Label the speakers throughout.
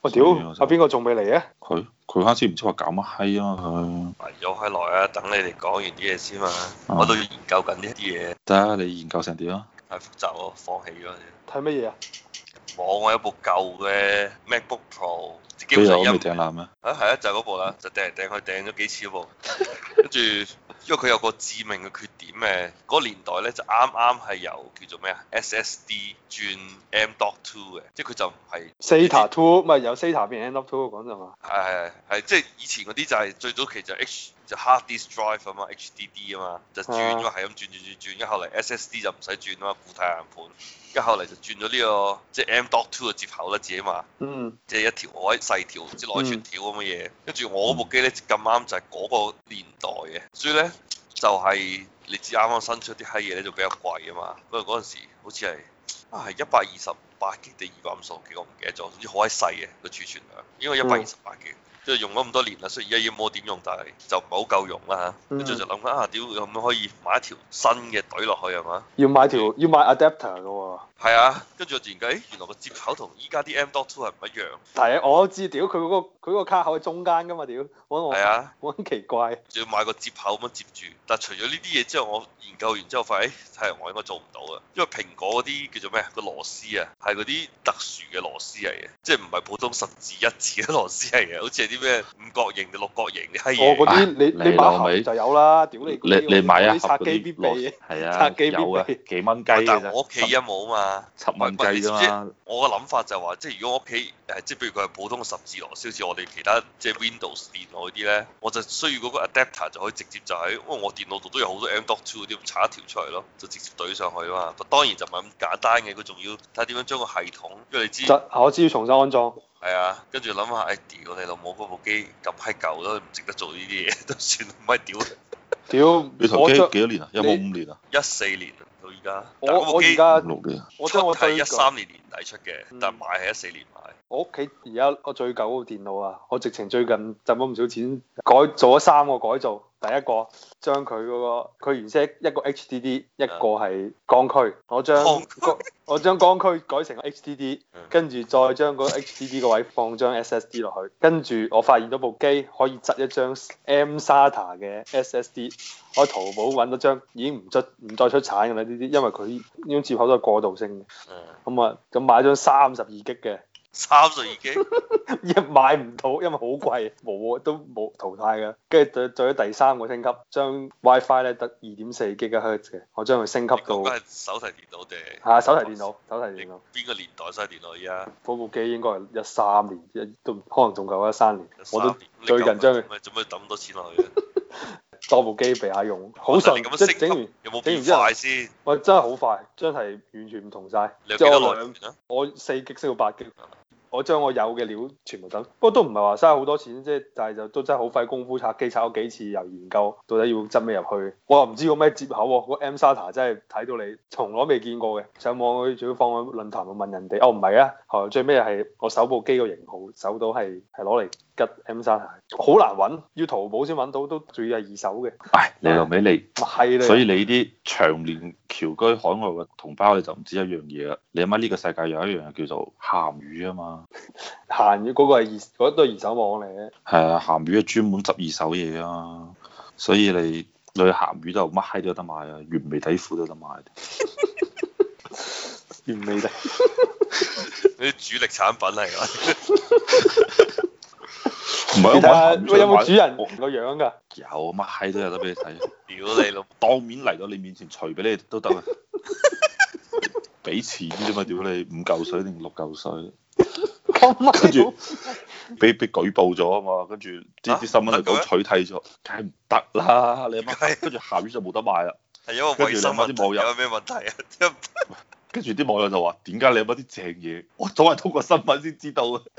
Speaker 1: 我屌，阿邊個仲未嚟啊？
Speaker 2: 佢佢啱先唔知話搞乜閪啊嘛
Speaker 3: 圍咗開耐啊，等你哋講完啲嘢先嘛。
Speaker 2: 嗯
Speaker 3: 我都要研究緊呢啲嘢，
Speaker 2: 佢，得啊你研究成點啊？
Speaker 3: 太複雜我放棄咗佢。
Speaker 1: 睇乜嘢啊？
Speaker 3: 網我有部舊嘅 MacBook Pro，基
Speaker 2: 你
Speaker 3: 本上
Speaker 2: 又
Speaker 3: 一
Speaker 2: 未掟爛咩？
Speaker 3: 啊係啊，就係嗰部啦，就掟嚟掟去掟咗幾次嗰部，跟住因為佢有個致命嘅缺點誒，嗰、個年代咧就啱啱係由叫做咩啊 SSD 轉 M dot two 嘅，即係佢就唔係
Speaker 1: Theta Two 咪有 Theta 變 End of Two 講就嘛，
Speaker 3: 啊係係即係以前嗰啲就係最早期就 H 就 hard disk drive 啊嘛，HDD 啊嘛，就轉咗係咁轉轉轉轉，跟後嚟 SSD 就唔使轉啊嘛，固態硬盤，跟後嚟就轉咗呢、個即係 M dot two 嘅接口啦，自己嘛。
Speaker 1: 嗯，
Speaker 3: 即係一條我喺細條，即係內存條咁嘅嘢。跟住我嗰部機咧咁啱就係嗰個年代啊嘅，所以咧就係、你知啱啱新出啲閪嘢咧就比較貴啊嘛。不過嗰陣時好似係啊係一百二十八 G 定二百五十六 G，我唔記得咗，總之好閪細嘅個儲存量，應該一百二十八 G。即係用咗咁多年啦，雖然而家已經冇點用，但係就唔係好夠用啦嚇。跟住就諗緊啊，屌有冇可以買一條新嘅懟落去係嘛？
Speaker 1: 要買
Speaker 2: 嗯
Speaker 1: 條要買 adapter 嘅喎。
Speaker 3: 係啊，跟住我突然間，咦原來個接口同依家啲 M dot two 係唔一樣。
Speaker 1: 但係我知屌佢嗰個佢個卡口喺中間噶嘛，屌，我我
Speaker 3: 係啊。
Speaker 1: 我好奇怪，
Speaker 3: 仲要買個接口咁樣接住。但除咗呢啲嘢之後，我研究完之後發現，誒睇嚟我應該做唔到啊，因為蘋果嗰啲叫做咩個螺絲啊，係嗰啲特殊嘅螺絲嚟嘅，即係唔係普通十字一字嘅螺絲嚟嘅，好似係啲咩五角形定六角形啲閪
Speaker 1: 我嗰啲
Speaker 3: 嘢。
Speaker 1: 你
Speaker 2: 唉
Speaker 1: 你
Speaker 2: 啊你
Speaker 1: 買
Speaker 2: 老
Speaker 1: 盒
Speaker 2: 味
Speaker 1: 就有啦，屌你
Speaker 2: 你你買一
Speaker 1: 嗰
Speaker 2: 盒
Speaker 1: 啲
Speaker 2: 嗰
Speaker 1: 拆機必
Speaker 2: 啲螺
Speaker 1: 備嘅，
Speaker 2: 係
Speaker 1: 拆
Speaker 2: 啊，
Speaker 1: 機必
Speaker 2: 有啊，
Speaker 1: 備
Speaker 2: 幾蚊雞
Speaker 3: 但
Speaker 2: 嘅
Speaker 3: 係我
Speaker 2: 啫
Speaker 3: 屋企而家冇啊嘛，
Speaker 2: 七蚊雞啫
Speaker 3: 喂喂
Speaker 2: 嘛，
Speaker 3: 我嘅諗法就係話，即係如果我屋企誒，即係譬如佢係普通嘅十字螺絲，好似我哋其他即係 Windows 電腦嗰啲咧，我就需要嗰個 adapter 就可以直接就喺，因為我電腦度都有好多 M dot two 嗰啲，咁插一條出嚟咯，就直接懟上去啊嘛。但當然就唔係咁簡單嘅，佢仲要睇下點樣將個系統，因為你知
Speaker 1: 就我知要重新安裝。
Speaker 3: 係啊，跟住諗下，誒、屌你老母嗰部機咁閪舊都唔值得做呢啲嘢，都 算唔係屌
Speaker 1: 屌，
Speaker 2: 你台
Speaker 1: 我
Speaker 2: 機
Speaker 1: 將
Speaker 2: 幾多年啊？有冇五年啊？
Speaker 3: 一四年到依家，但
Speaker 1: 我
Speaker 3: 嗰
Speaker 1: 我
Speaker 3: 部
Speaker 1: 而
Speaker 3: 機
Speaker 1: 家
Speaker 2: 五六年啊？
Speaker 1: 我
Speaker 3: 出
Speaker 1: 將我
Speaker 3: 係
Speaker 1: 最
Speaker 3: 一
Speaker 1: 舊
Speaker 3: 三年年底出嘅
Speaker 1: 嗯，
Speaker 3: 但係買係一四年買。
Speaker 1: 我屋企而家我最舊嗰部電腦啊，我直情最近賺咗唔少錢，改做咗三個改造。第一個將佢嗰、個，佢原先一個 HDD，一個係光驅，我將
Speaker 3: 光驅
Speaker 1: 我將光驅改成個 HDD，
Speaker 3: 嗯
Speaker 1: 跟住再將個 HDD 個位放張 SSD 落去，跟住我發現咗部機可以執一張 M SATA 嘅 SSD，我喺淘寶揾到張已經唔出唔再出產㗎啦呢啲，因為佢呢種接口都係過渡性嘅，
Speaker 3: 嗯，
Speaker 1: 咁啊咁買張三十二 G 嘅。
Speaker 3: 三十二 G。
Speaker 1: 一買唔到，因為好貴，冇都冇淘汰嘅。跟住再再咗第三個升級，將 WiFi 咧得二點四 g 嘅 Hz 嘅，我將佢升級
Speaker 3: 你
Speaker 1: 到
Speaker 3: 講緊係手提電腦定係
Speaker 1: 嚇、手提電腦，手提
Speaker 3: 你
Speaker 1: 電腦
Speaker 3: 邊個年代手提電腦啊而家？
Speaker 1: 嗰部機應該係一三年，一都可能仲夠一三年。我都
Speaker 3: 13年
Speaker 1: 最近將
Speaker 3: 你
Speaker 1: 佢
Speaker 3: 夠唔夠做咩抌咁多錢落去啊？
Speaker 1: 多部機備下用，好
Speaker 3: 但係
Speaker 1: 順
Speaker 3: 你咁，
Speaker 1: 即
Speaker 3: 樣
Speaker 1: 係整
Speaker 3: 升
Speaker 1: 完
Speaker 3: 級，有冇
Speaker 1: 整
Speaker 3: 變
Speaker 1: 完之後
Speaker 3: 快先？
Speaker 1: 喂真係好快，真係完全唔同晒。
Speaker 3: 你有
Speaker 1: 即
Speaker 3: 幾
Speaker 1: 係
Speaker 3: 多
Speaker 1: 我
Speaker 3: 內
Speaker 1: 兩
Speaker 3: 存啊？
Speaker 1: 我四 G 升到八 G，我將我有嘅料全部等，不過都唔係話嘥好多錢，即係但係就都真係好費功夫拆機，拆咗幾次又研究到底要執咩入去，我又唔知個咩接口喎，個 M SATA 真係睇到你從來未見過嘅，上網去仲要放個論壇度問人哋，哦唔係啊，後來最尾係我搜部機個型號搜到係係攞嚟吉 M SATA，好難揾，要淘寶先揾到，都仲要係二手嘅，
Speaker 2: 唉，你老尾你，
Speaker 1: 係啦，
Speaker 2: 所以你啲長年僑居海外嘅同胞，你就唔知一樣嘢啦。你阿媽呢個世界有一樣嘢叫做鹹魚啊嘛，
Speaker 1: 行嗰個係二嗰個都係二手網嚟嘅，
Speaker 2: 係啊，鹹魚係專門執二手嘢啊，所以你你去鹹魚就乜閪都有得賣啊，原味底褲都有得賣。啊
Speaker 1: 原味地。
Speaker 3: 你啲主力產品嚟㗎，
Speaker 2: 唔 係
Speaker 1: 你睇下
Speaker 2: 我
Speaker 1: 喂有冇主人
Speaker 2: 我
Speaker 1: 個樣㗎？
Speaker 2: 哦有啊乜閪都有得俾你睇，
Speaker 3: 屌你老！
Speaker 2: 當面嚟到你面前除俾你都 得啊！俾錢啫嘛，屌你五嚿水定六嚿水，
Speaker 1: 咁
Speaker 2: 跟住俾俾舉報咗啊嘛，跟住啲
Speaker 3: 啊
Speaker 2: 啲新聞嚟
Speaker 3: 得嘅
Speaker 2: 講
Speaker 3: 咩
Speaker 2: 取締咗，梗係唔得啦！你阿媽
Speaker 3: 係
Speaker 2: 跟住鹹魚就冇得賣啦，
Speaker 3: 係因為衞生問
Speaker 2: 跟住你諗下啲網
Speaker 3: 題
Speaker 2: 友
Speaker 3: 有咩問題啊？即係
Speaker 2: 跟住啲網友就話：點解你有乜啲正嘢？我早係通過新聞先知道嘅。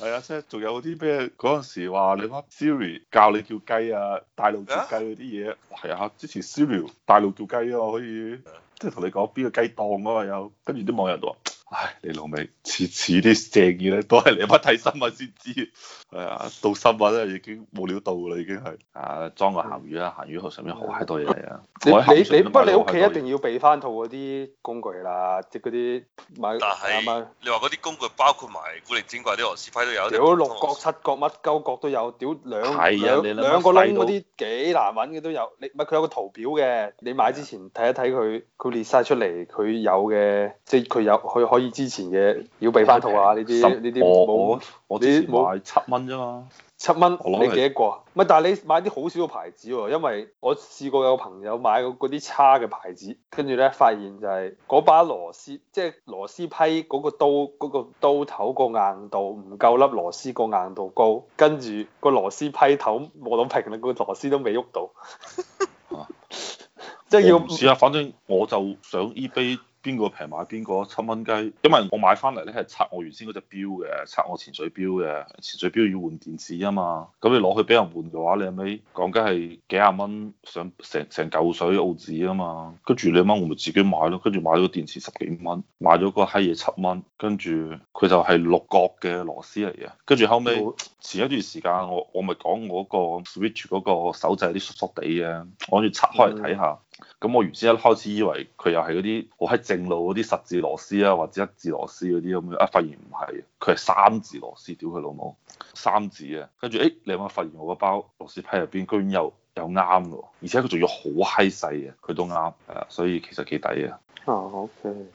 Speaker 2: 係啊，即係仲有啲咩嗰陣時話你乜 Siri 教你叫雞啊，大路叫雞嗰啲嘢，係啊，之前 Siri 大路叫雞啊嘛，可以即係同你講邊個雞檔啊嘛有，跟住啲網友就話：
Speaker 4: 唉，你老味，次次啲正嘢咧都係你乜睇新聞先知，係啊，到新聞咧已經冇料到啦，已經係
Speaker 2: 啊，裝個鹹魚啦，鹹魚號上面好閪多嘢嚟啊！
Speaker 1: 你
Speaker 2: 我喺鹹魚
Speaker 1: 你
Speaker 2: 上
Speaker 1: 你
Speaker 2: 面
Speaker 1: 不過
Speaker 2: 買
Speaker 1: 你
Speaker 2: 到好
Speaker 1: 屋
Speaker 2: 閪
Speaker 1: 企
Speaker 2: 多
Speaker 1: 一定要備翻套嗰啲工具啦，即係嗰啲買
Speaker 3: 但係
Speaker 1: 啱啊啱
Speaker 3: 你話嗰啲工具包括埋古靈精怪啲螺絲批都有，
Speaker 1: 屌六角七角乜鳩角都有，屌兩
Speaker 2: 係啊
Speaker 1: 兩
Speaker 2: 你諗下
Speaker 1: 兩個窿
Speaker 2: 細到
Speaker 1: 嗰啲幾難揾嘅都有。你唔係佢有個圖表嘅，你買之前睇一睇佢，佢列晒出嚟，佢有嘅，即係佢有佢可以之前嘅要備翻套啊！呢啲
Speaker 2: 十
Speaker 1: 呢啲
Speaker 2: 我
Speaker 1: 冇
Speaker 2: 我我之前
Speaker 1: 呢啲冇
Speaker 2: 買七蚊啫嘛，
Speaker 1: 七蚊，
Speaker 2: 我攞嚟
Speaker 1: 你幾多個？唔係，但係你買啲好少嘅牌子喎，因為我試過有朋友買嗰啲差嘅牌子，跟住咧發現就係嗰把螺絲，即係螺絲批嗰個刀嗰、個刀頭個硬度唔夠粒螺絲個硬度高，跟住個螺絲批頭磨到平啦，個螺絲都未喐到
Speaker 2: 啊，
Speaker 1: 即係要
Speaker 2: 我唔知啊，反正我就想 eBay 邊個平買邊個七蚊雞，因為我買翻嚟咧係拆我原先嗰隻錶嘅，拆我潛水錶嘅，潛水錶要換電池啊嘛，咁你攞去俾人換嘅話，你係咪講緊係幾廿蚊上成成嚿水澳紙啊嘛？跟住你媽我咪自己買咯，跟住買咗個電池十幾蚊，買咗個閪嘢七蚊，跟住佢就係六角嘅螺絲嚟嘅，跟住後尾。前一段時間我我咪講我個 Switch 嗰個手掣有啲縮縮地嘅，我諗住拆開嚟睇下。咁我原先一開始以為佢又係嗰啲好閪正路嗰啲十字螺絲啊，或者一字螺絲嗰啲咁樣，啊發現唔係，佢係三字螺絲，屌佢老母，三字啊！跟住誒，你有冇發現我個包螺絲批入邊居然有有啱嘅喎，而且佢仲要好閪細嘅，佢都啱，係啊，所以其實幾抵嘅。
Speaker 1: 哦，OK。